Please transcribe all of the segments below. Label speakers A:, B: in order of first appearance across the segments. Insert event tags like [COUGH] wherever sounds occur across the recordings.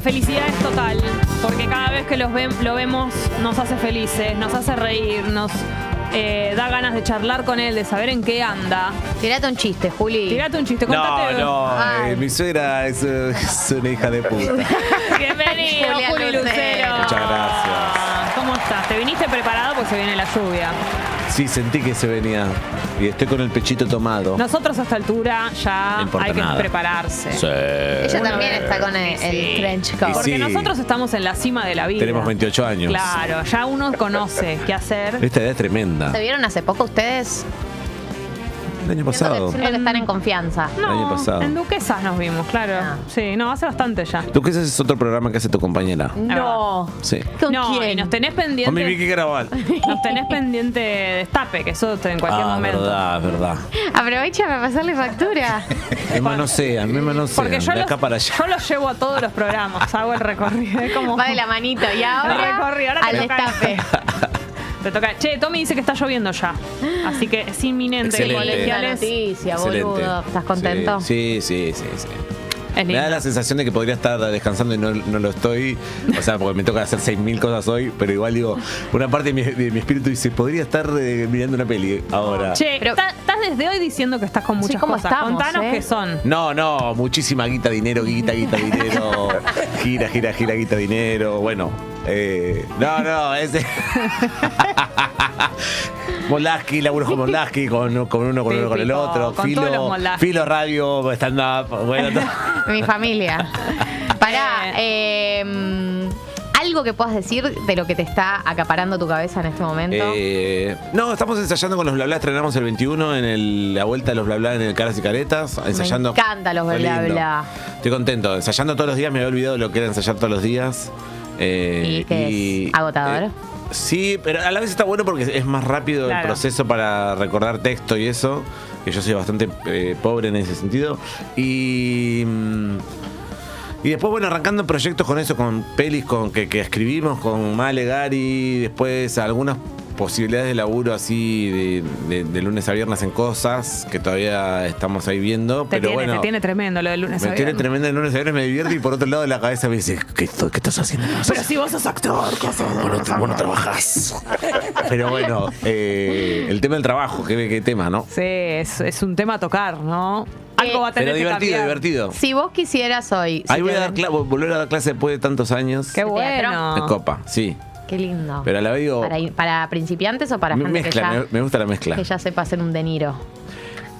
A: felicidad es total, porque cada vez que los ven, lo vemos nos hace felices, nos hace reír, nos eh, da ganas de charlar con él, de saber en qué anda.
B: Tirate un chiste, Juli.
A: Tirate un chiste,
C: No,
A: contate.
C: no,
B: Ay.
C: eh, mi suegra es, eh, es una hija de puta.
A: [LAUGHS] Bienvenido,
B: Julia
A: Juli
B: Lucero.
A: Lucero.
C: Muchas gracias.
A: ¿Cómo estás? ¿Te viniste preparado porque se viene la lluvia?
C: Sí, sentí que se venía. Y estoy con el pechito tomado.
A: Nosotros a esta altura ya
C: Oh. No importa
A: hay que
C: nada.
A: prepararse.
C: Sí.
B: Ella también está con el,
A: eh, Sí.
B: el trench coat.
A: Porque
C: sí.
A: nosotros estamos en la cima de la vida.
C: Tenemos 28 años.
A: Claro, ya uno conoce qué hacer.
C: Esta edad es tremenda.
B: ¿Se vieron hace poco ustedes?
C: El año
B: Siento que,
C: pasado.
B: siento que están en confianza.
A: No,
C: año pasado.
A: en Duquesas nos vimos, claro.
B: Ah.
A: Sí, no, hace bastante ya.
C: Tú que ese es otro programa que hace tu compañera.
A: No.
C: Sí.
B: ¿Con
A: no,
B: quién?
A: y nos tenés pendiente.
C: Con mi
B: [LAUGHS]
C: Vicky Carabal.
A: Nos tenés pendiente destape, que eso te- en cualquier
C: Ah,
A: momento.
C: verdad,
B: [LAUGHS]
C: verdad.
B: Aprovecha para
A: [LAUGHS]
B: pasarle factura.
C: Me manosean, me manosean.
A: Porque yo
C: de
A: los,
C: acá para allá.
A: yo los llevo a todos los
C: [LAUGHS]
A: programas, hago el recorrido. es como
B: Va de la manito. Y ahora,
A: recorrí, ahora
B: al
A: te toca. [LAUGHS]
B: destape.
A: te toca. Che, Tommy dice que está lloviendo ya. Así que es inminente que
C: Excelente.
B: Linda
A: colegiales.
B: noticia,
C: Excelente.
B: boludo. ¿Estás contento?
C: Sí, sí, sí, sí. sí.
A: Es
C: Me da
A: lindo.
C: la sensación de que podría estar descansando y no, no lo estoy. O sea, porque me toca hacer 6.000 cosas hoy, pero igual digo, una parte de mi, de mi espíritu dice, podría estar eh, mirando una peli ahora.
A: Che,
B: Pero-
A: está- estás desde hoy diciendo que estás con muchas
B: ¿cómo
A: cosas.
B: estamos,
A: Contanos
B: eh?
A: qué son.
C: No, no, muchísima guita, dinero, guita,
A: [LAUGHS]
C: guita, dinero. Gira, gira, gira, guita, dinero. Bueno, eh, no, no, ese. [LAUGHS] Molaski, laburos con Molaski, con, con uno, con uno, con el
A: Típico,
C: otro.
A: con todos los
C: filo,
A: Molaski.
C: filo, radio, stand-up. Bueno,
A: [LAUGHS]
C: todo.
B: Mi
C: [LAUGHS]
B: familia. Pará, eh, mm, algo que puedas decir de lo que te está acaparando tu cabeza en este momento.
C: Eh, no, estamos ensayando con los bla bla, estrenamos el 21 en el- la vuelta de los bla bla en el Caras y Caretas, ensayando.
B: encanta los Bla
C: Fue lindo.
B: Bla.
C: Estoy contento, ensayando todos los días, me había olvidado lo que era ensayar todos los días. Eh,
B: ¿Y qué es? ¿Agotador?
C: sí, pero a la vez está bueno porque es más rápido
A: Claro.
C: el proceso para recordar texto y eso, que yo soy bastante eh, pobre en ese sentido. Y... mm, y después, bueno, arrancando proyectos con eso, con pelis con que, que escribimos, con Male, Gary, después algunas posibilidades de laburo así de, de- de lunes a viernes en cosas que todavía estamos ahí viendo.
A: Te
C: pero
A: tiene,
C: bueno,
A: te tiene tremendo lo del lunes.
C: me
A: a
C: tiene
A: viernes.
C: tremenda el lunes a viernes, me divierte y por otro lado la cabeza me dice, ¿qué, esto- qué estás haciendo?
A: Pero si vos sos actor, ¿qué haces?
C: Vos no, vos no trabajás. [LAUGHS] Pero bueno, eh, el tema del trabajo, qué, qué tema, ¿no?
A: Sí, es, es un tema a tocar, ¿no? Algo
B: Eh,
A: va a tener
C: Pero divertido,
A: que cambiar.
C: divertido.
B: Si vos quisieras hoy. si
C: Ahí voy
B: te-
C: a dar cla- volver a dar clase después de tantos años.
A: Qué
C: De
B: ¿De teatro?
A: bueno.
C: copa, sí.
B: Qué lindo.
C: Pero a la vez digo,
B: para, ir- para principiantes o para
C: Me-
B: gente
C: mezcla,
B: que, ya,
C: me, me gusta la mezcla.
B: que ya sepa hacer un deniro.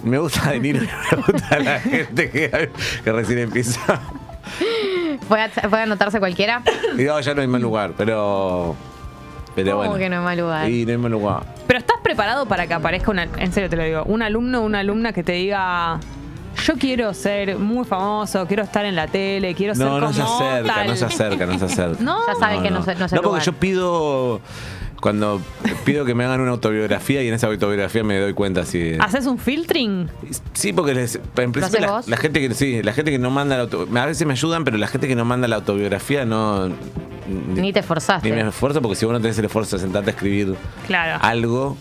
C: Me gusta De Niro, me gusta la [LAUGHS] gente que, que recién empieza.
B: ¿Puede, puede anotarse
C: [COUGHS]
B: cualquiera?
C: Y no, ya no hay mal lugar, pero. Pero
B: ¿Cómo
C: bueno.
B: que no hay mal lugar?
C: Y no hay mal lugar.
A: Pero estás preparado para que aparezca una, en serio te lo digo, un alumno o una alumna que te diga, yo quiero ser muy famoso, quiero estar en la tele, quiero ser
C: No, no
A: como
C: se acerca,
A: tal.
C: no se acerca, no se acerca.
A: No.
B: Ya saben que [LAUGHS] no se- no se
C: No, porque
B: lugar.
C: yo pido. Cuando pido que me hagan una autobiografía y en esa autobiografía me doy cuenta así de-
A: ¿Haces un filtering?
C: Sí, porque les- en principio
B: Ah, haces
C: la,
B: vos?
C: la gente que sí, la gente que no manda la auto- a veces me ayudan, pero la gente que no manda la autobiografía no
B: Ni te esforzaste.
C: Ni me esfuerzo porque si vos no tenés el esfuerzo de sentarte a escribir
A: Claro.
C: algo.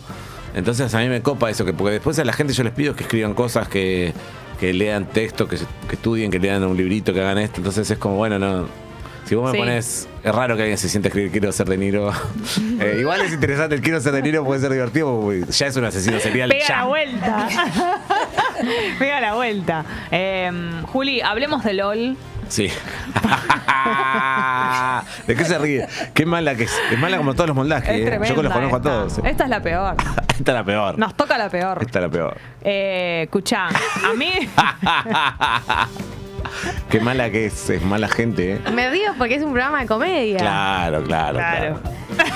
C: Entonces a mí me copa eso, que porque después a la gente yo les pido que escriban cosas, que, que lean textos, que, se- que estudien, que lean un librito, que hagan esto. Entonces es como, bueno, no. Si vos me
A: Sí.
C: pones, es raro que alguien se siente a escribir quiero ser de Niro. [LAUGHS] Eh, igual es interesante, el quiero ser de Niro puede ser divertido, porque ya es un asesino serial.
A: Pega
C: ya.
A: la [LAUGHS] vuelta. Pega la vuelta. Eh, Juli, hablemos de LOL.
C: Sí. [LAUGHS] ¿De qué se ríe? Qué mala que es. Es mala como todos los
A: Es
C: moldajes. eh. Yo que los
A: tremenda
C: conozco a
A: esta.
C: todos. eh.
A: Esta es la peor.
C: [LAUGHS] Esta es la peor.
A: Nos toca la peor.
C: Esta Ah, es la peor.
A: Eh, escuchá, a
C: [LAUGHS]
A: mí.
C: Qué mala que es, es mala gente, ¿eh?
B: Me río porque es un programa de comedia.
C: Claro, claro,
A: Claro.
C: claro.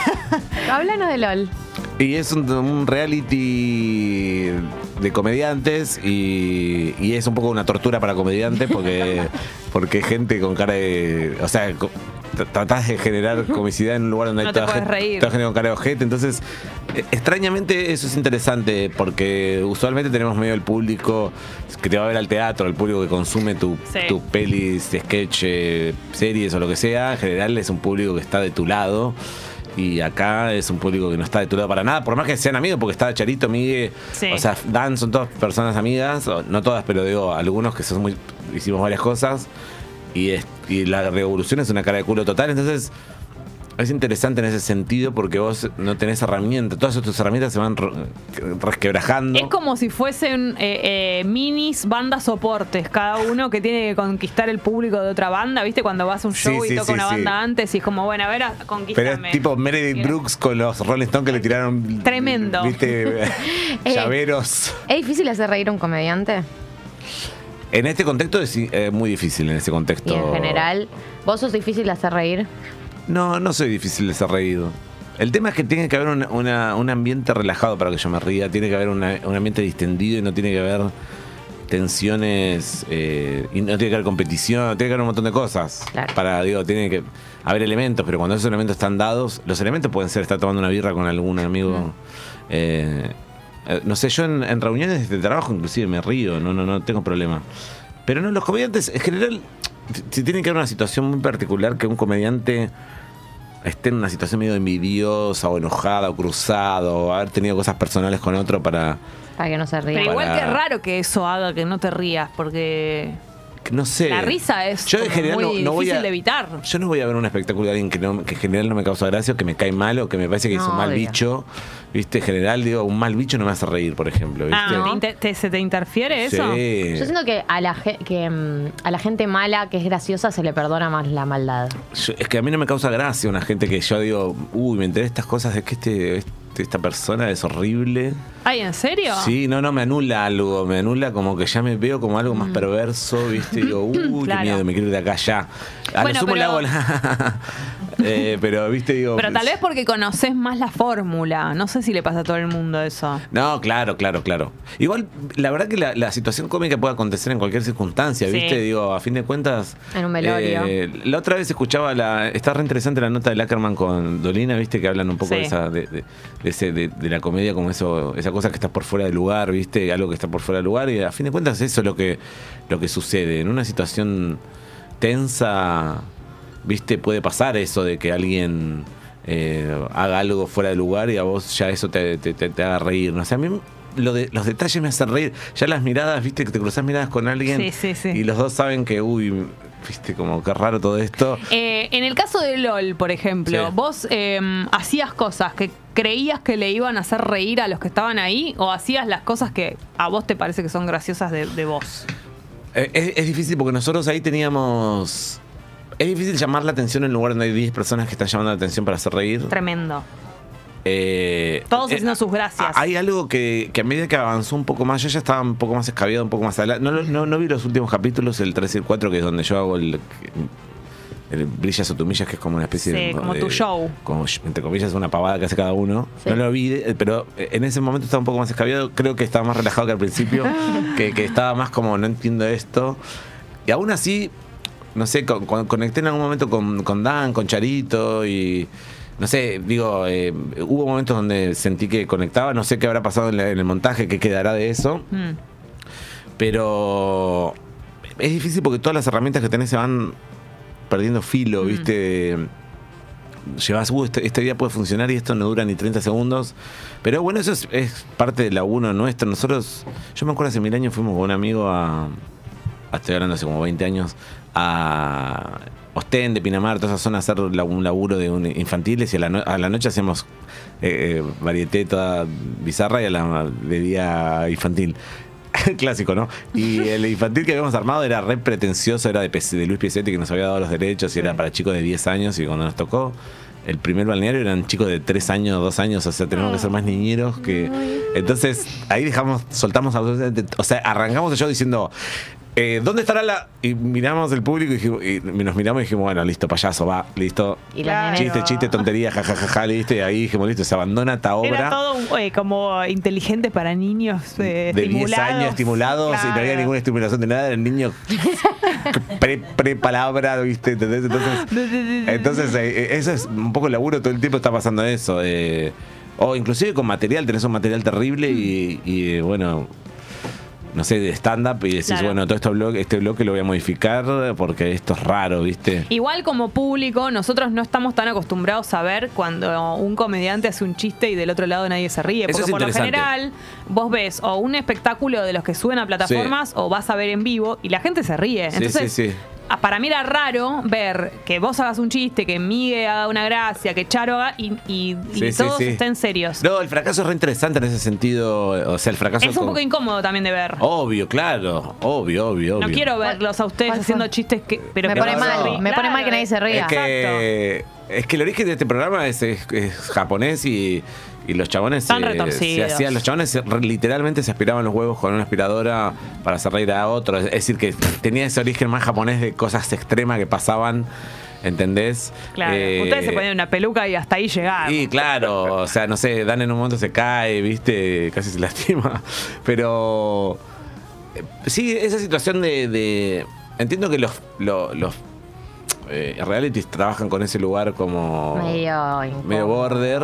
B: Háblanos de LOL.
C: Y es un, un reality de comediantes y, y es un poco una tortura para comediantes
A: [LAUGHS]
C: porque, porque gente con cara de. O sea, co- tra- tratás de generar comicidad en un lugar donde
A: No
C: hay
A: te
C: toda,
A: podés
C: gente,
A: reír.
C: toda gente con cara de ojete. Entonces, eh, extrañamente eso es interesante porque usualmente tenemos medio el público que te va a ver al teatro, el público que consume tu,
A: Sí.
C: tu pelis, sketch, eh, series o lo que sea, en general es un público que está de tu lado. Y acá es un público que no está de tu lado para nada, por más que sean amigos, porque está Charito, Migue,
A: Sí.
C: o sea, Dan, son todas personas amigas, o no todas, pero digo, algunos que son muy, hicimos varias cosas. y, es- y la revolución es una cara de culo total. Entonces, es interesante en ese sentido porque vos no tenés herramientas. Todas tus herramientas se van re- resquebrajando.
A: Es como si fuesen eh, eh, minis bandas soportes, cada uno que tiene que conquistar el público de otra banda, ¿viste? Cuando vas a un
C: Sí,
A: show
C: sí,
A: y toca
C: sí,
A: una
C: sí.
A: banda antes y es como, bueno, a ver, ah,
C: Pero
A: conquistame.
C: es tipo Meredith
A: Mira.
C: Brooks con los Rolling Stones que le tiraron.
A: Tremendo.
C: ¿Viste? [LAUGHS] llaveros.
B: ¿Es difícil hacer reír a un comediante?
C: En este contexto es eh, muy difícil, en este
B: Y
C: contexto.
B: en general, ¿vos sos difícil de hacer reír?
C: No, no soy difícil de ser reído. El tema es que tiene que haber una- una- un ambiente relajado para que yo me ría, tiene que haber una- un ambiente distendido y no tiene que haber tensiones, eh, y no tiene que haber competición, tiene que haber un montón de cosas.
B: Claro.
C: Para, digo, tiene que haber elementos, pero cuando esos elementos están dados, los elementos pueden ser estar tomando una birra con algún amigo. eh, eh, no sé, yo en, en reuniones de trabajo inclusive me río, no, no, no tengo problema. Pero no, los comediantes, en general, si- si tiene que haber una situación muy particular que un comediante esté en una situación medio envidiosa o enojada o cruzado o haber tenido cosas personales con otro para
B: Para que no se ría.
A: Pero igual
C: Para-
A: que raro que eso haga que no te rías, porque
C: que no sé
A: la risa es
C: yo en
A: como
C: general
A: muy
C: no, no voy
A: difícil
C: a
A: de evitar.
C: yo no voy a ver un espectáculo de alguien que, no- que en general no me causa gracia o que me cae mal o que me parece que es
B: No,
C: un mal
B: obvio.
C: bicho viste en general digo un mal bicho no me hace reír por ejemplo viste
A: Ah, ¿te inter- te- ¿se te interfiere
C: Sí.
A: eso?
B: Yo
C: eh,
B: siento que a la ge- que mm, a la gente mala que es graciosa se le perdona más la maldad.
C: Yo- es que a mí no me causa gracia una gente que yo digo uy me enteré de estas cosas es que este- este- esta persona es horrible
A: Ay, ¿en serio?
C: Sí, no, no, me anula algo, me anula como que ya me veo como algo más perverso, ¿viste?
A: [CLEARS THROAT]
C: Digo, uy,
A: Mm. Claro.
C: qué miedo, me quiero ir de acá ya. A
A: Bueno,
C: lo sumo le
A: pero-
C: hago la- [LAUGHS] Eh, pero, ¿viste? Digo. pues,
A: Pero tal vez porque conoces más la fórmula. No sé si le pasa a todo el mundo eso.
C: No, claro, claro, claro. Igual, la verdad que la, la situación cómica puede acontecer en cualquier circunstancia,
A: Sí.
C: ¿viste? Digo, a fin de cuentas. eh,
B: En un velorio.
C: la otra vez escuchaba la. Está re interesante la nota de Lackerman con Dolina, ¿viste? Que hablan un poco
A: Sí.
C: de, esa, de, de- de ese- de- de la comedia como eso, esa cosa que está por fuera de lugar, ¿viste? Algo que está por fuera de lugar. Y a fin de cuentas, eso es lo que, lo que sucede. En una situación tensa, ¿viste? Puede pasar eso de que alguien eh, haga algo fuera de lugar y a vos ya eso te, te- te- te haga reír. No sé, a mí lo de- los detalles me hacen reír. Ya las miradas, ¿viste? Que te cruzas miradas con alguien
A: Sí, sí, sí.
C: y los dos saben que, uy, ¿viste? Como qué raro todo esto.
A: Eh, en el caso de LOL, por ejemplo,
C: Sí.
A: ¿vos eh, hacías cosas que creías que le iban a hacer reír a los que estaban ahí o hacías las cosas que a vos te parece que son graciosas de, de vos?
C: Eh, Es, es difícil porque nosotros ahí teníamos. Es difícil llamar la atención en un lugar donde hay 10 personas que están llamando la atención para hacer reír.
A: Tremendo.
C: Eh,
A: Todos
C: eh,
A: haciendo sus gracias.
C: a- Hay algo que, que a medida que avanzó un poco más, yo ya estaba un poco más escabiado, un poco más adelante. No, lo- no, no vi los últimos capítulos, el 3 y el 4, que es donde yo hago el, el Brillas o Tumillas, que es como una especie
A: Sí,
C: de.
A: como
C: de-
A: tu show.
C: Como, sh- entre comillas, una pavada que hace cada uno.
B: Sí.
C: No lo vi, eh, pero en ese momento estaba un poco más escabiado. Creo que estaba más relajado que al principio, que, que estaba más como, no entiendo esto. Y aún así, no sé, con- con- conecté en algún momento con, con Dan, con Charito y. No sé, digo, eh, hubo momentos donde sentí que conectaba, no sé qué habrá pasado en, la- en el montaje, qué quedará de eso,
A: Mm.
C: pero es difícil porque todas las herramientas que tenés se van perdiendo filo, ¿viste? Llevas, uh, este, este día puede funcionar y esto no dura ni 30 segundos. Pero bueno, eso es, es parte del laburo nuestro. Nosotros, yo me acuerdo hace mil años fuimos con un amigo a, a- estoy hablando hace como 20 años, a Ostende, Pinamar, toda esa zona, a hacer la- un laburo de un- infantiles y a la, no- a la noche hacíamos eh, eh, varieté toda bizarra y a la de día infantil. [LAUGHS] Clásico, ¿no? Y el infantil que habíamos armado era re pretencioso, era de, Pes- de Luis Piesetti que nos había dado los derechos y era para chicos de 10 años y cuando nos tocó el primer balneario eran chicos de 3 años, 2 años, o sea, tenemos que ser más niñeros que... Entonces, ahí dejamos, soltamos absolutamente... O sea, arrancamos el show diciendo, eh, ¿dónde estará la...? Y miramos el público y, dijimos- y nos miramos y dijimos, bueno, listo, payaso, va, listo.
B: Y la nena-
C: Chiste, chiste, tontería, jajajaja, listo. Y ahí dijimos, listo, se abandona esta obra
A: Era todo eh, como inteligente para niños eh,
C: de 10
A: estimulados.
C: años estimulados y no había
A: Claro.
C: ninguna estimulación de nada,
A: [LAUGHS]
C: eran niños pre, palabra, ¿viste? ¿Entendés?
A: [LAUGHS]
C: Entonces, entonces eh, eh, eso es un poco el laburo, todo el tiempo está pasando eso. eh. o inclusive con material, tenés un material terrible y, y, eh, bueno, no sé, de stand-up y decís,
A: Claro.
C: bueno, todo esto bloque, este bloque lo voy a modificar porque esto es raro, ¿viste?
A: Igual como público, nosotros no estamos tan acostumbrados a ver cuando un comediante hace un chiste y del otro lado nadie se ríe.
C: Eso
A: Porque
C: es
A: por lo
C: interesante.
A: general vos ves o un espectáculo de los que suben a plataformas o vas a ver en vivo y la gente se ríe.
C: Sí,
A: Entonces,
C: sí, sí.
A: ah, para mí era raro ver que vos hagas un chiste, que Migue haga una gracia, que Charo haga y, y- y
C: Sí, sí,
A: todos
C: sí.
A: estén serios.
C: No, el fracaso es re interesante en ese sentido. O sea, el fracaso
A: es un
C: con-
A: poco incómodo también de ver.
C: Obvio, claro. Obvio, obvio, obvio.
A: no quiero verlos a ustedes
B: ¿Cuál fue?
A: haciendo chistes que. Pero
B: me
A: que
C: no
B: pone
A: no
C: se
B: mal,
C: ríe.
A: rían.
B: me pone mal
A: Claro.
B: que nadie se ría.
C: Es que, es que el origen de este programa es, es- es japonés y, y los chabones
A: Están
C: se- se
A: retorcidos.
C: hacían, los chabones se- re- literalmente se aspiraban los huevos con una aspiradora para hacer reír a otro. Es decir, que tenía ese origen más japonés de cosas extremas que pasaban, ¿entendés?
A: Claro.
C: Eh,
A: Ustedes se ponen una peluca y hasta ahí llegaron.
C: Y claro, o sea, no sé, Dan en un momento se cae, viste, casi se lastima. Pero eh, sí, esa situación de. de- entiendo que los, lo- los, eh, realities trabajan con ese lugar como.
B: Medio incómodo.
C: medio border.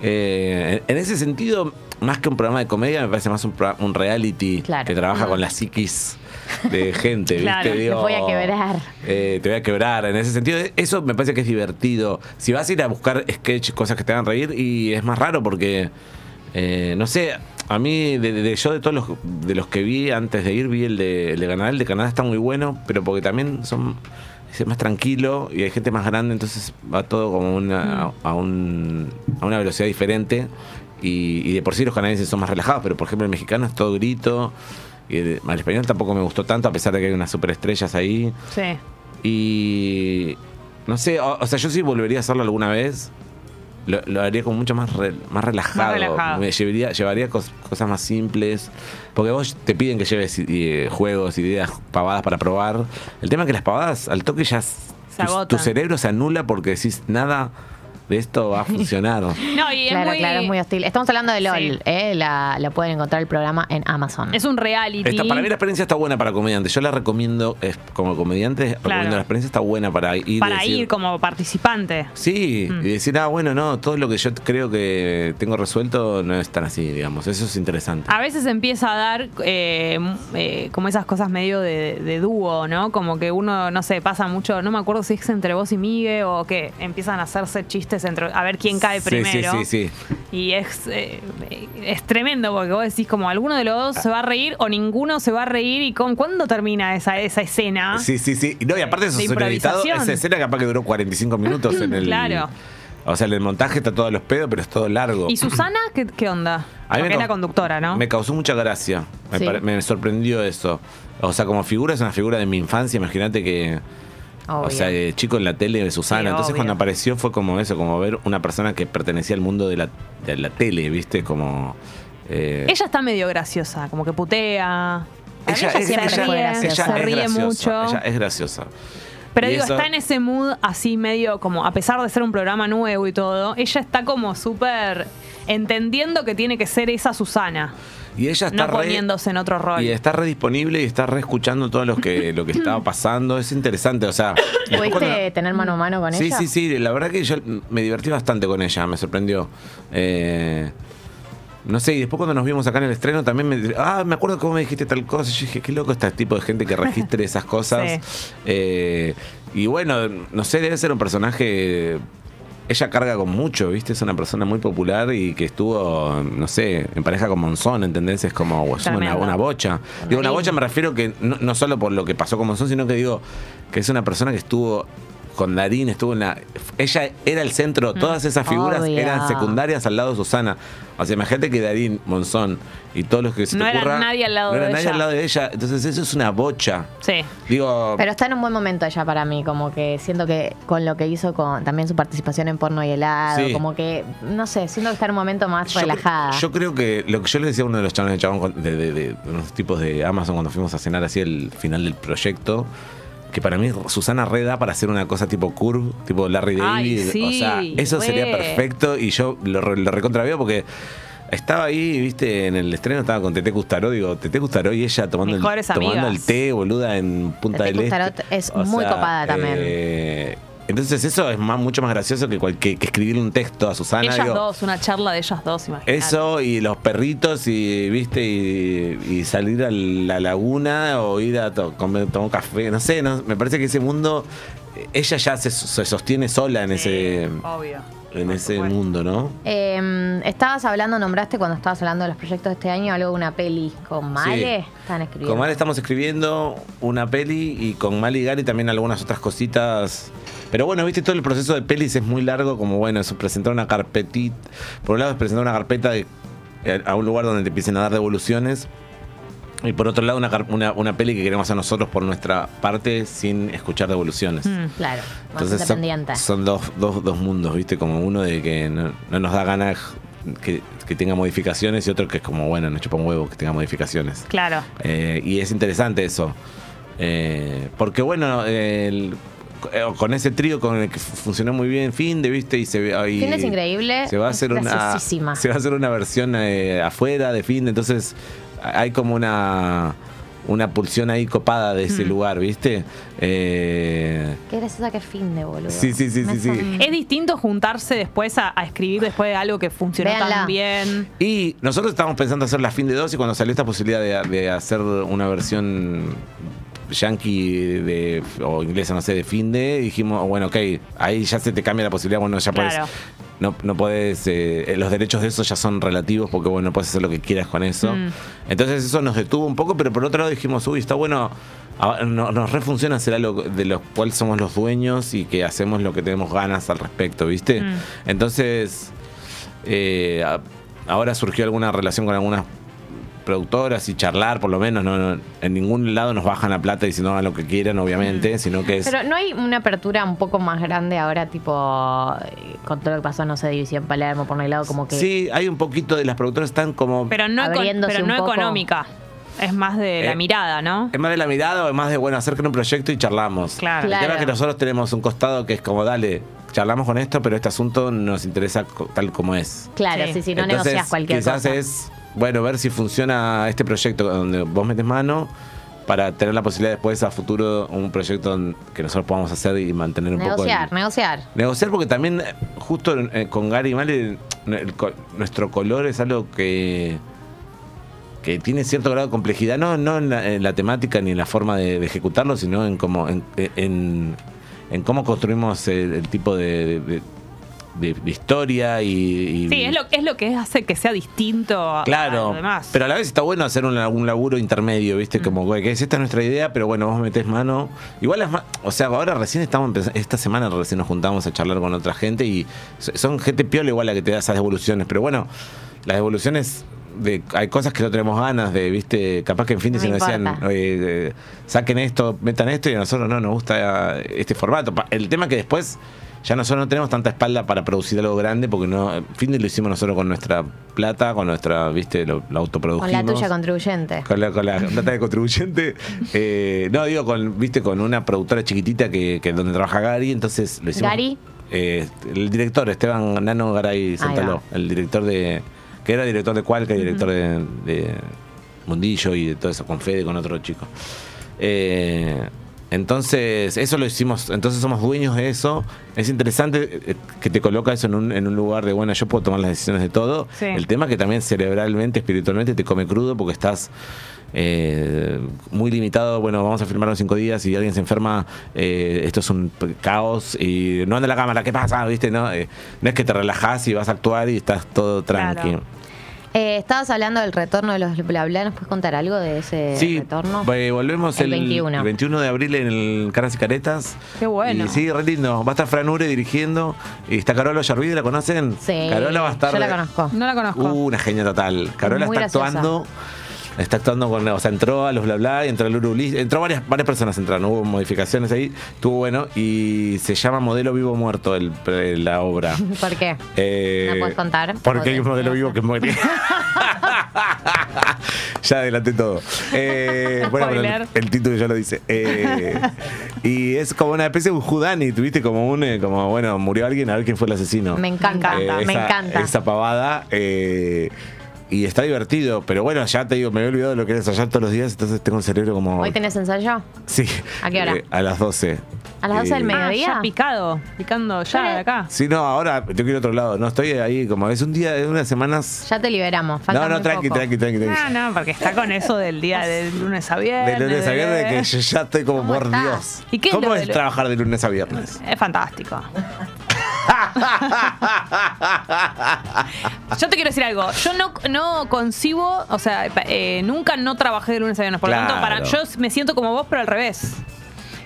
C: Eh, en en ese sentido, más que un programa de comedia, me parece más un, pro- un reality
B: Claro.
C: que trabaja
B: Mm.
C: con la psiquis de
B: [LAUGHS]
C: gente, ¿viste?
A: Claro, te
B: voy a quebrar.
C: eh, te voy a quebrar. En ese sentido, eso me parece que es divertido. Si vas a ir a buscar sketch, cosas que te hagan reír, y es más raro porque, eh, no sé, a mí, de, de- yo de todos los, de los que vi antes de ir, vi el de, el de Canadá. El de Canadá está muy bueno, pero porque también son es más tranquilo y hay gente más grande, entonces va todo como una, a, un- a una velocidad diferente. Y, y de por sí los canadienses son más relajados, pero por ejemplo el mexicano es todo grito. Y el, al español tampoco me gustó tanto, a pesar de que hay unas superestrellas ahí.
A: Sí.
C: Y no sé, o, o sea, yo sí volvería a hacerlo alguna vez. Lo, lo haría con mucho más, re- más relajado.
A: relajado.
C: Me llevaría, llevaría cos- cosas más simples. Porque vos te piden que lleves eh, juegos, ideas, pavadas para probar. El tema es que las pavadas al toque ya s-
A: Se
C: tu,
A: agotan.
C: tu cerebro se anula porque decís nada de esto
A: [LAUGHS]
C: va a funcionar.
A: No, y
B: Claro,
A: es muy.
B: claro, es muy hostil. Estamos hablando de LOL,
A: Sí.
B: ¿eh? La, la pueden encontrar el programa en Amazon.
A: es un reality.
C: Esta- para mí la experiencia está buena para comediantes. Yo la recomiendo, es- como comediante, recomiendo la experiencia está buena para ir. y
A: para
C: decir-
A: ir como participante.
C: Sí, y decir, ah, bueno, no, todo lo que yo creo que tengo resuelto no es tan así, digamos. Eso es interesante.
A: A veces empieza a dar eh, m- eh, como esas cosas medio de, de dúo, ¿no? Como que uno, no sé, pasa mucho, no me acuerdo si es entre vos y Migue o que empiezan a hacerse chistes entre, a ver quién cae
C: Sí,
A: primero.
C: Sí, sí, sí.
A: Y es, eh, es tremendo porque vos decís como alguno de los dos se va a reír o ninguno se va a reír y con cuándo termina esa, esa escena.
C: Sí, sí, sí. Y No, y aparte
A: Ah.
C: eso
A: De
C: es editado.
A: improvisación.
C: Esa escena capaz que duró 45 minutos
A: [CLEARS THROAT]
C: en el.
A: Claro.
C: O sea, en el montaje está todo a los pedos, pero es todo largo. [CLEARS THROAT]
A: ¿Y Susana qué, qué onda?
C: A
A: Porque
C: mí me
A: es
C: cau-
A: la conductora, ¿no?
C: Me causó mucha gracia. Me,
B: Sí.
C: pare- me sorprendió eso. O sea, como figura es una figura de mi infancia. Imagínate que. O
B: Obvio.
C: sea, eh, chico en la tele de Susana.
A: Sí,
C: Entonces
A: obvio.
C: cuando apareció fue como eso, como ver una persona que pertenecía al mundo de la, de la tele, ¿viste? Como... eh,
A: Ella está medio graciosa, como que putea. Para mí
B: ella
A: se
B: siempre
A: ríe,
B: fue graciosa.
A: se
C: es
A: ríe
C: graciosa,
A: mucho.
C: Ella es graciosa.
A: Pero
C: y
A: digo,
C: eso-
A: está en ese mood así medio como, a pesar de ser un programa nuevo y todo, ella está como súper entendiendo que tiene que ser esa Susana,
C: Y ella
A: no
C: está re-
A: poniéndose en otro rol.
C: Y está redisponible y está re escuchando todo lo que, lo que estaba pasando. Es interesante, o sea... después
B: ¿Pudiste
C: cuando-
B: tener mano a mano con
C: sí,
B: ella?
C: Sí, sí, La verdad que yo me divertí bastante con ella, me sorprendió. Eh, no sé, y después cuando nos vimos acá en el estreno también me ah, me acuerdo cómo me dijiste tal cosa. Yo dije, qué loco este tipo de gente que
B: [LAUGHS]
C: registre esas cosas. Eh, y bueno, no sé, debe ser un personaje. Ella carga con mucho, ¿viste? Es una persona muy popular y que estuvo, no sé, en pareja con Monzón, ¿entendés? Es como es una,
A: Tremendo.
C: una bocha. Digo, una bocha me refiero que no, no solo por lo que pasó con Monzón, sino que digo que es una persona que estuvo con Darín, estuvo en la. Ella era el centro,
A: Mm.
C: todas esas figuras
B: Obvio.
C: eran secundarias al lado de Susana. O sea, imagínate que Darín, Monzón y todos los que se
A: No
C: te
A: era
C: ocurra,
A: nadie al lado
C: no era
A: de
C: nadie
A: ella.
C: al lado de ella. Entonces, eso es una bocha.
A: Sí.
C: Digo.
B: Pero está en un buen momento ella para mí, como que siento que con lo que hizo con también su participación en porno y helado,
C: Sí.
B: como que, no sé, siento que está en un momento más
C: yo cre-
B: relajada.
C: Yo, creo que lo que yo le decía a uno de los chavales de chabón con- de, de- de unos tipos de Amazon cuando fuimos a cenar así el final del proyecto, que para mí Susana Reda para hacer una cosa tipo Curve, tipo Larry
A: Ay,
C: David. o
A: sí,
C: sea, eso
A: re.
C: sería perfecto y yo lo, re- lo recontraveo porque estaba ahí, viste, en el estreno estaba con Tete Custaró, digo, Tete Custaró y ella tomando, el,
A: Mejores
C: tomando el
A: amigas.
C: té, boluda, en Punta
B: Tete
C: del
B: Custarot
C: Este.
B: es muy copada también.
C: eh, entonces eso es más, mucho más gracioso que, cual- que, que escribirle un texto a Susana.
A: ellas
C: digo,
A: dos, una charla de ellas dos, imagínate.
C: eso y los perritos y viste y, y salir a la laguna o ir a to- comer tomar café, no sé, no- me parece que ese mundo eh, ella ya se, se sostiene sola en
A: Sí,
C: ese
A: Obvio.
C: en
A: Por
C: ese
A: supuesto.
C: mundo, ¿no?
B: Eh, estabas hablando, nombraste cuando estabas hablando de los proyectos de este año algo de una peli con Male.
C: Sí.
B: Están escribiendo.
C: Con Male estamos escribiendo una peli y con Mali y Gary también algunas otras cositas. Pero bueno, viste, todo el proceso de pelis es muy largo, como bueno, es presentar una carpetita. Por un lado es presentar una carpeta de- eh, a un lugar donde te empiecen a dar devoluciones. Y por otro lado, una, car- una, una peli que queremos a nosotros por nuestra parte sin escuchar devoluciones.
A: Mm.
B: Claro, más
C: Entonces son,
B: independiente.
C: son dos, dos, dos mundos, ¿viste? Como uno de que no, no nos da ganas que, que tenga modificaciones y otro que es como, bueno, no chupa un huevo que tenga modificaciones.
A: Claro.
C: Eh, y es interesante eso. Eh, porque bueno, el- eh, con ese trío con el que fu- funcionó muy bien Finde, ¿viste? Y se ve- y
B: Finde es increíble,
C: Se va a hacer
B: es
C: una
B: graciosísima.
C: se va a hacer una versión eh, afuera de Finde, entonces hay como una una pulsión ahí copada de ese lugar, ¿viste? Eh,
B: Qué graciosa que es fin de boludo.
C: Sí, sí, sí,
B: Me
C: sí, sí.
B: hacen-
A: Es distinto juntarse después a, a escribir después de algo que funcionó
B: Véanla.
A: tan bien.
C: Y nosotros estábamos pensando hacer la fin de dos y cuando salió esta posibilidad de, de hacer una versión yankee de, o inglesa, no sé, de fin de, dijimos, bueno, ok, ahí ya se te cambia la posibilidad, bueno, ya puedes...
A: Claro.
C: No, no podés, eh, los derechos de eso ya son relativos porque bueno, puedes hacer lo que quieras con eso.
A: Mm.
C: Entonces eso nos detuvo un poco, pero por otro lado dijimos, uy, está bueno, ah, no- nos refunciona hacer algo de lo cual somos los dueños y que hacemos lo que tenemos ganas al respecto, ¿viste?
A: Mm.
C: Entonces, eh, a- ahora surgió alguna relación con algunas productoras y charlar, por lo menos, no, no- en ningún lado nos bajan la plata diciendo hagan lo que quieran, obviamente,
A: Mm.
C: sino que es...
B: Pero no hay una apertura un poco más grande ahora, tipo, eh, con todo lo que pasó, no sé, División Palermo, por un lado, como que.
C: Sí, hay un poquito de las productoras están como...
A: Pero no, econ-
B: Abriéndose
A: pero
B: un
A: no
B: poco.
A: económica. Es más de la
C: Eh,
A: mirada, ¿no?
C: Es más de la mirada o es más de, bueno, acerquen un proyecto y charlamos.
A: Claro.
C: El tema
B: Claro.
C: es que nosotros tenemos un costado que es como, dale, charlamos con esto, pero este asunto nos interesa co- tal como es.
B: Claro, sí,
A: Sí.
B: sí, no
C: Entonces,
B: negocias cualquier
C: quizás
B: cosa.
C: es, bueno, ver si funciona este proyecto donde vos metes mano para tener la posibilidad después a futuro un proyecto en- que nosotros podamos hacer y mantener un poco...
B: negociar,
C: el-
B: negociar.
C: Negociar porque también eh, justo eh, con Gary y Male el co- nuestro color es algo que que tiene cierto grado de complejidad, no, no en, la, en la temática ni en la forma de, de ejecutarlo, sino en cómo en, en- en cómo construimos el, el tipo de, de- de- de historia y, y-
A: Sí, es lo, es lo que hace que sea distinto a- a
C: Claro,
A: lo demás.
C: pero a la vez está bueno hacer un, un laburo intermedio, ¿viste? Como, güey, que es esta es nuestra idea, pero bueno, vos metés mano. Igual, las ma- o sea, ahora recién estamos empezando, esta semana recién nos juntamos a charlar con otra gente y so- son gente piola igual la que te da esas devoluciones, pero bueno, las devoluciones, de, hay cosas que no tenemos ganas de, ¿viste? Capaz que en fin de
B: No
C: semana decían,
B: importa.
C: eh, eh, saquen esto, metan esto y a nosotros no nos gusta este formato. Pa- El tema que después ya nosotros no tenemos tanta espalda para producir algo grande porque no fin lo hicimos nosotros con nuestra plata, con nuestra, viste, lo, lo
B: Con
C: autoprodujimos.
B: la tuya contribuyente.
C: Con la, con la plata de contribuyente. Eh, no, digo, con, viste, con una productora chiquitita que, que donde trabaja Gary, entonces lo hicimos.
B: ¿Gary?
C: Eh, el director, Esteban Nano Garay Santaló, el director de. que era director de Cualca y director de, de Mundillo y de todo eso, con Fede, con otro chico. Eh, entonces, eso lo hicimos, entonces somos dueños de eso. Es interesante eh, que te coloca eso en un, en un lugar de, bueno, yo puedo tomar las decisiones de todo.
A: Sí.
C: El tema que también cerebralmente, espiritualmente te come crudo porque estás eh, muy limitado. Bueno, vamos a firmar en cinco días y alguien se enferma. eh, esto es un p- caos y no anda la cámara. ¿Qué pasa? ¿Viste? No, Eh, no es que te relajás y vas a actuar y estás todo
A: Claro.
C: tranquilo.
B: Eh, estabas hablando del retorno de los bla bla. ¿Nos puedes contar algo de ese
C: Sí,
B: retorno?
C: eh, volvemos
B: El
C: el,
B: 21.
C: 21. de abril en el Caras y Caretas.
A: Qué bueno.
C: Y sí, re lindo. Va a estar Franure dirigiendo. Y está Carola Yarvide, ¿la conocen?
B: Sí,
C: Carola va a estar.
B: yo la conozco.
A: No la conozco.
C: Uh, una genia total. Carola
B: Muy
C: está
B: graciosa.
C: actuando. Está actuando con. O sea, entró a los bla bla y entró a Luru Ulis- Entró varias, varias personas entraron. Hubo modificaciones ahí. Estuvo bueno. Y se llama Modelo Vivo Muerto el-
B: [LAUGHS]
C: la obra.
B: ¿Por qué?
C: Eh,
B: ¿No podés contar?
C: Porque hay un
B: Podés.
C: modelo vivo que muere. [LAUGHS] ya adelanté todo.
B: [LAUGHS]
C: Eh, bueno, pero el,
A: Spoiler.
C: el título ya lo dice. Eh, y es como una especie de un Judani, tuviste como un, eh, como bueno, murió alguien, a ver quién fue el asesino.
B: Me encanta,
C: Eh,
B: me
C: esa-
B: encanta.
C: Esa pavada. eh, y está divertido, pero bueno, ya te digo, me había olvidado de lo que era ensayar todos los días, entonces tengo el cerebro como.
B: ¿Hoy tenés ensayo?
C: [LAUGHS] Sí.
B: ¿A qué hora?
C: Eh, a las 12.
B: ¿A las 12 del
C: Eh,
A: Ah,
B: mediodía?
A: ya picado, picando ya
B: Yo le-
A: de acá.
C: Sí, no, ahora tengo que ir a otro lado. No, estoy ahí como es un día, es unas semanas
B: Ya te liberamos. falta
C: No, no,
B: muy
C: tranqui,
B: poco.
C: tranqui, tranqui, tranqui.
A: Ah, No, no, porque está con eso del
C: [LAUGHS]
A: día de lunes a viernes.
C: De lunes a viernes que yo ya estoy como
B: Ah, ¿Cómo
C: por
B: estás?
C: Dios.
A: ¿Y qué es
C: ¿Cómo
A: lo
C: es
A: de lu-
C: trabajar de lunes a viernes?
A: Es fantástico. Yo te quiero decir algo. Yo no, no concibo, o sea, pa- eh, nunca no trabajé de lunes a viernes. Por lo tanto, para,
C: Claro.
A: yo me siento como vos, pero al revés.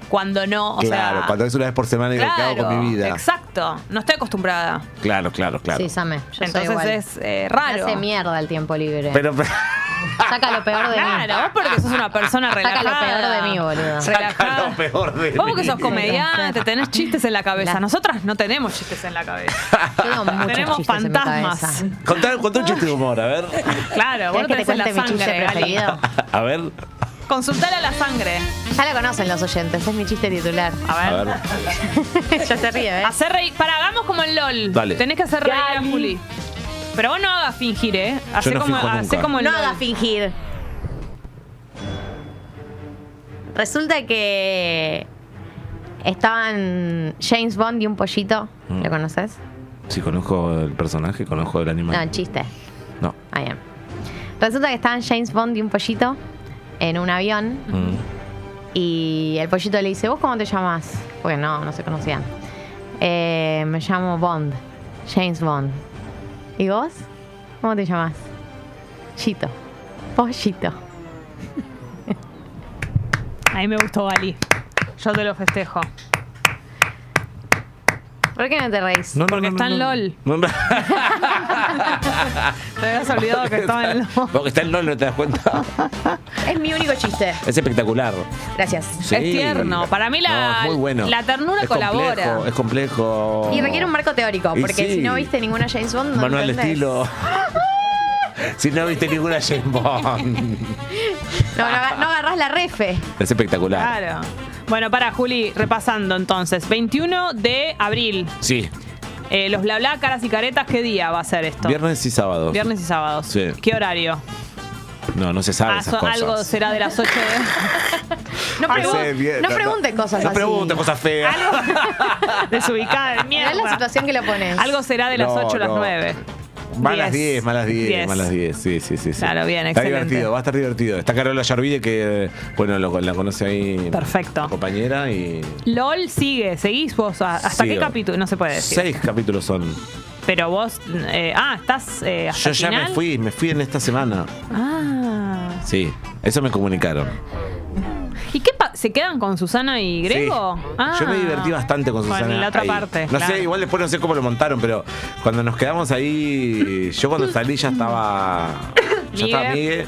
A: Cuando no, o
C: claro,
A: sea.
C: cuando es una vez por semana y digo, ¿qué hago
A: claro,
C: con mi vida?
A: Exacto. No estoy acostumbrada.
C: Claro, claro, claro.
B: Sí, Same. Yo soy
A: Entonces
B: igual.
A: es eh,
B: Me
A: raro.
B: hace mierda el tiempo libre.
C: Pero, [LAUGHS]
B: Saca lo peor de mí.
A: Claro, vos porque sos una persona
B: Saca
A: relajada.
B: lo peor de mí, boludo.
C: saca lo
A: Relajada.
C: peor de
A: Vos
C: mí.
A: porque sos comediante, tenés chistes en la cabeza.
B: La-
A: Nosotras no tenemos chistes en la cabeza.
C: [LAUGHS]
A: [LAUGHS]
B: Yo tengo Ah, muchos
A: tenemos
B: chistes en mi
A: fantasmas.
B: cabeza.
C: Contá, contá un chiste de humor, a ver.
A: Claro, vos no
B: ¿Querés que te
A: tenés en la
B: cuente mi chiste
A: sangre, Ali.
B: preferido?
C: A ver,
A: Consultale a la sangre.
B: Ya la conocen los oyentes, es mi
A: [LAUGHS]
B: chiste titular.
A: A ver.
C: a ver.
B: ya se ríe, ¿eh?
A: Hacer reír. Para, hagamos como el LOL.
C: Dale.
A: Tenés que hacer reír a
B: Cali.
A: Juli. Pero vos no hagas fingir, ¿eh? Hacé
C: no
A: como,
C: finjo
A: hacé
C: nunca.
A: como el
B: No
A: LOL.
B: haga fingir. Resulta que estaban James Bond y un pollito.
C: Mm.
B: ¿Lo conoces?
C: Si conozco el personaje, conozco el
B: No,
C: animal.
B: chiste.
C: No.
B: Ah, bien. Resulta que estaban James Bond y un pollito en un avión
C: Mm.
B: y el pollito le dice, ¿vos cómo te llamas? Porque no, no se conocían. "Eh, me llamo Bond, James Bond. ¿Y vos? ¿Cómo te llamas? Chito. Pollito.
A: A mí me gustó Ali. Yo te lo festejo.
B: ¿Por qué no te reís?
C: No, no,
A: Porque
C: no, no,
A: está en
C: no.
A: LOL.
C: No, no.
A: Te habías olvidado que estaba en el LOL.
C: Porque [LAUGHS] está en LOL, no te das cuenta.
B: Es mi único chiste.
C: Es espectacular.
B: Gracias.
C: Sí.
A: tierno. Para mí la-
C: es muy bueno.
A: la ternura
C: Es
A: colabora.
C: complejo, es complejo.
B: Y requiere un marco teórico,
C: Y
B: porque
C: sí.
B: si no viste ninguna James Bond, no
C: Manual de
B: entendés.
C: estilo. [LAUGHS] si no viste ninguna James Bond.
B: No, no, aga- no agarrás la refe.
C: Es espectacular.
A: Claro. Bueno, para Juli, repasando entonces. 21 de abril.
C: Sí.
A: Eh, los bla bla, caras y caretas, ¿qué día va a ser esto?
C: Viernes y sábados.
A: Viernes y sábados.
C: Sí.
A: ¿Qué horario?
C: No, no se sabe
A: Ah,
C: esas
A: so-
C: cosas.
A: algo será de las 8
C: [LAUGHS]
A: de.
B: No,
C: Ay,
B: pregun-
C: sé bien,
B: no
C: no,
B: pregunten cosas
C: No
B: así.
C: preguntes cosas feas.
A: Desubicada de
B: Mirá
A: mierda.
B: la situación que lo pones.
A: Algo será de las
C: No,
A: 8 o las
C: no.
A: 9.
C: Malas
A: Diez.
C: 10, malas 10,
A: Diez.
C: malas 10. Sí, sí, sí, sí.
A: Claro, bien,
C: Está
A: excelente.
C: divertido, va a estar divertido. Está Carola Yarvide que, bueno, lo- la conoce ahí.
A: Perfecto.
C: mi Compañera y.
A: LOL sigue, seguís vos. a- ¿Hasta
C: Sigo.
A: qué capítulo? No se puede decir.
C: Seis capítulos son.
A: Pero vos. eh, ah, estás. eh, hasta
C: Yo
A: el
C: ya
A: final?
C: me fui, me fui en esta semana.
A: Ah.
C: Sí, eso me comunicaron.
A: ¿Y qué pa- ¿Se quedan con Susana y Grego?
C: Sí.
A: Ah.
C: Yo me divertí bastante con Susana.
A: la otra
C: ahí.
A: parte.
C: No
A: claro.
C: sé, igual después no sé cómo lo montaron, pero cuando nos quedamos ahí, yo cuando salí ya estaba. Ya estaba
A: Migue.
C: Migue.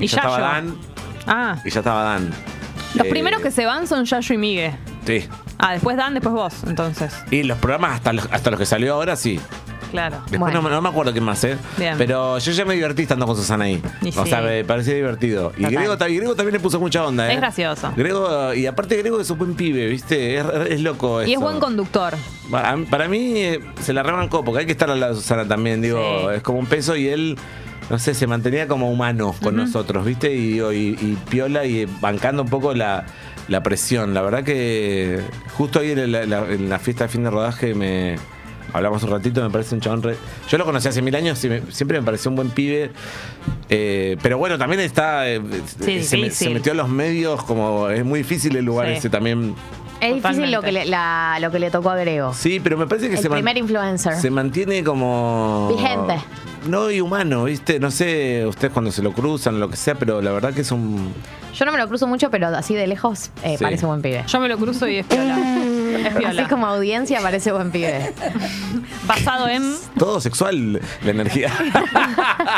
C: Y,
A: Y
C: ya estaba
A: Yayo.
C: Dan.
A: Ah.
C: Y ya estaba Dan.
A: Los
C: Eh,
A: primeros que se van son Yayo y Migue.
C: Sí.
A: Ah, después Dan, después vos, entonces.
C: Y los programas hasta los, hasta los que salió ahora sí.
A: Claro.
C: Después
B: Bueno.
C: no, me- no me acuerdo qué más, ¿eh?
A: Bien.
C: Pero yo ya me divertí estando con Susana ahí.
A: Y
C: o
A: sí.
C: sea, me parecía divertido. Y
B: Total.
C: Grego, ta- y Grego también le puso mucha onda, ¿eh?
A: Es gracioso.
C: Grego, y aparte Grego es un buen pibe, ¿viste? Es, es loco
A: Y es
C: eso.
A: buen conductor.
C: Para, para mí eh, se la rebancó, porque hay que estar al lado de Susana también, digo,
A: Sí.
C: es como un peso y él, no sé, se mantenía como humano con nosotros, ¿viste? Y, digo, y- y piola y bancando un poco la, la presión. La verdad que justo ahí en la, la- en la fiesta de fin de rodaje me hablamos un ratito, me parece un chabón re- Yo lo conocí hace mil años y me- siempre me pareció un buen pibe. eh, pero bueno, también está. eh,
A: Sí,
C: se, me-
A: difícil.
C: se metió a los medios, como es muy difícil el lugar
A: Sí.
C: ese también.
B: Es difícil
A: Totalmente.
B: lo que, le, la- lo que le tocó a Grego.
C: Sí, pero me parece que
B: el
C: se man-
B: primer influencer.
C: se mantiene como.
B: Vigente.
C: No, y humano, ¿viste? No sé, ustedes cuando se lo cruzan, lo que sea, pero la verdad que es un.
B: Yo no me lo cruzo mucho, pero así de lejos eh,
C: Sí.
B: parece buen pibe.
A: Yo me lo cruzo y es [LAUGHS] piola. Es piola.
B: Así como audiencia parece buen
A: [LAUGHS]
B: pibe.
A: Basado en.
C: Todo sexual, la energía.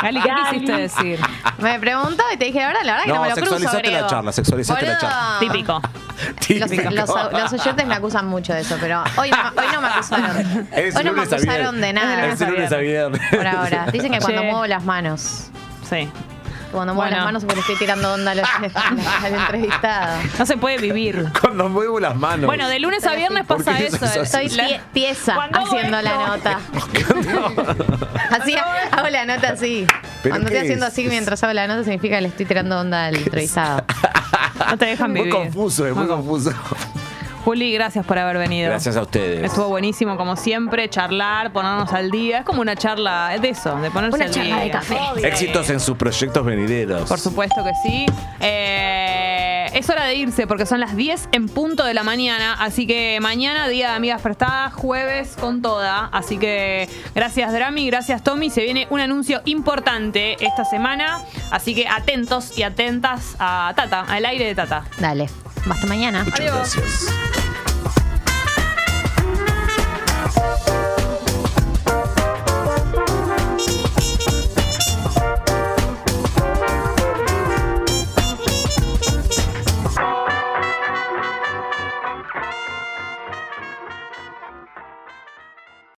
A: Ali, ¿qué quisiste decir?
B: Me preguntó y te dije, la verdad, la verdad que no
C: No,
B: me lo cruzo,
C: sexualizaste
B: Grego.
C: la charla, sexualizaste la
B: Boludo.
C: charla.
A: Típico.
B: [LAUGHS]
C: [LAUGHS]
B: Los,
C: Típico.
B: los- los
C: [LAUGHS]
B: oyentes me acusan mucho de eso, pero hoy no, hoy no me acusaron.
C: Es
B: hoy no me
C: lunes a viernes.
B: acusaron de nada
C: Es lunes a viernes.
A: [LAUGHS]
B: por ahora. Dicen que cuando
A: Che.
B: muevo las manos,
A: Sí.
B: que cuando muevo
A: Bueno.
B: las manos es porque estoy tirando
A: [LAUGHS]
B: onda al, al entrevistado.
A: No se puede
C: [LAUGHS]
A: vivir.
C: [LAUGHS] Cuando muevo las manos.
A: Bueno, de lunes a viernes
C: ¿Por qué
A: pasa
C: sos
A: eso. eh.
C: así?
B: Soy
A: La-
B: pie- pieza
A: Cuando hago
B: haciendo la
A: esto-
C: [LAUGHS]
B: nota. Así hago la nota así.
C: ¿Pero
B: Cuando
C: qué
B: estoy haciendo
C: es?
B: así mientras hago la nota significa que le estoy tirando onda al entrevistado.
A: No te dejan
C: Muy
A: vivir.
C: confuso, es muy confuso.
A: Juli, gracias por haber venido.
C: Gracias a ustedes.
A: Estuvo buenísimo, como siempre, charlar, ponernos al día. Es como una charla de eso, de ponerse
B: Una
A: al
B: charla
A: día.
B: de café.
C: Éxitos en sus proyectos venideros.
A: Por supuesto que sí. Eh, es hora de irse porque son las 10 en punto de la mañana. Así que mañana, día de amigas prestadas, jueves con toda. Así que gracias, Drami, gracias, Tommy. Se viene un anuncio importante esta semana. Así que atentos y atentas a Tata, al aire de Tata.
B: Dale. Hasta mañana.
C: Muchas
A: Adiós.
C: gracias.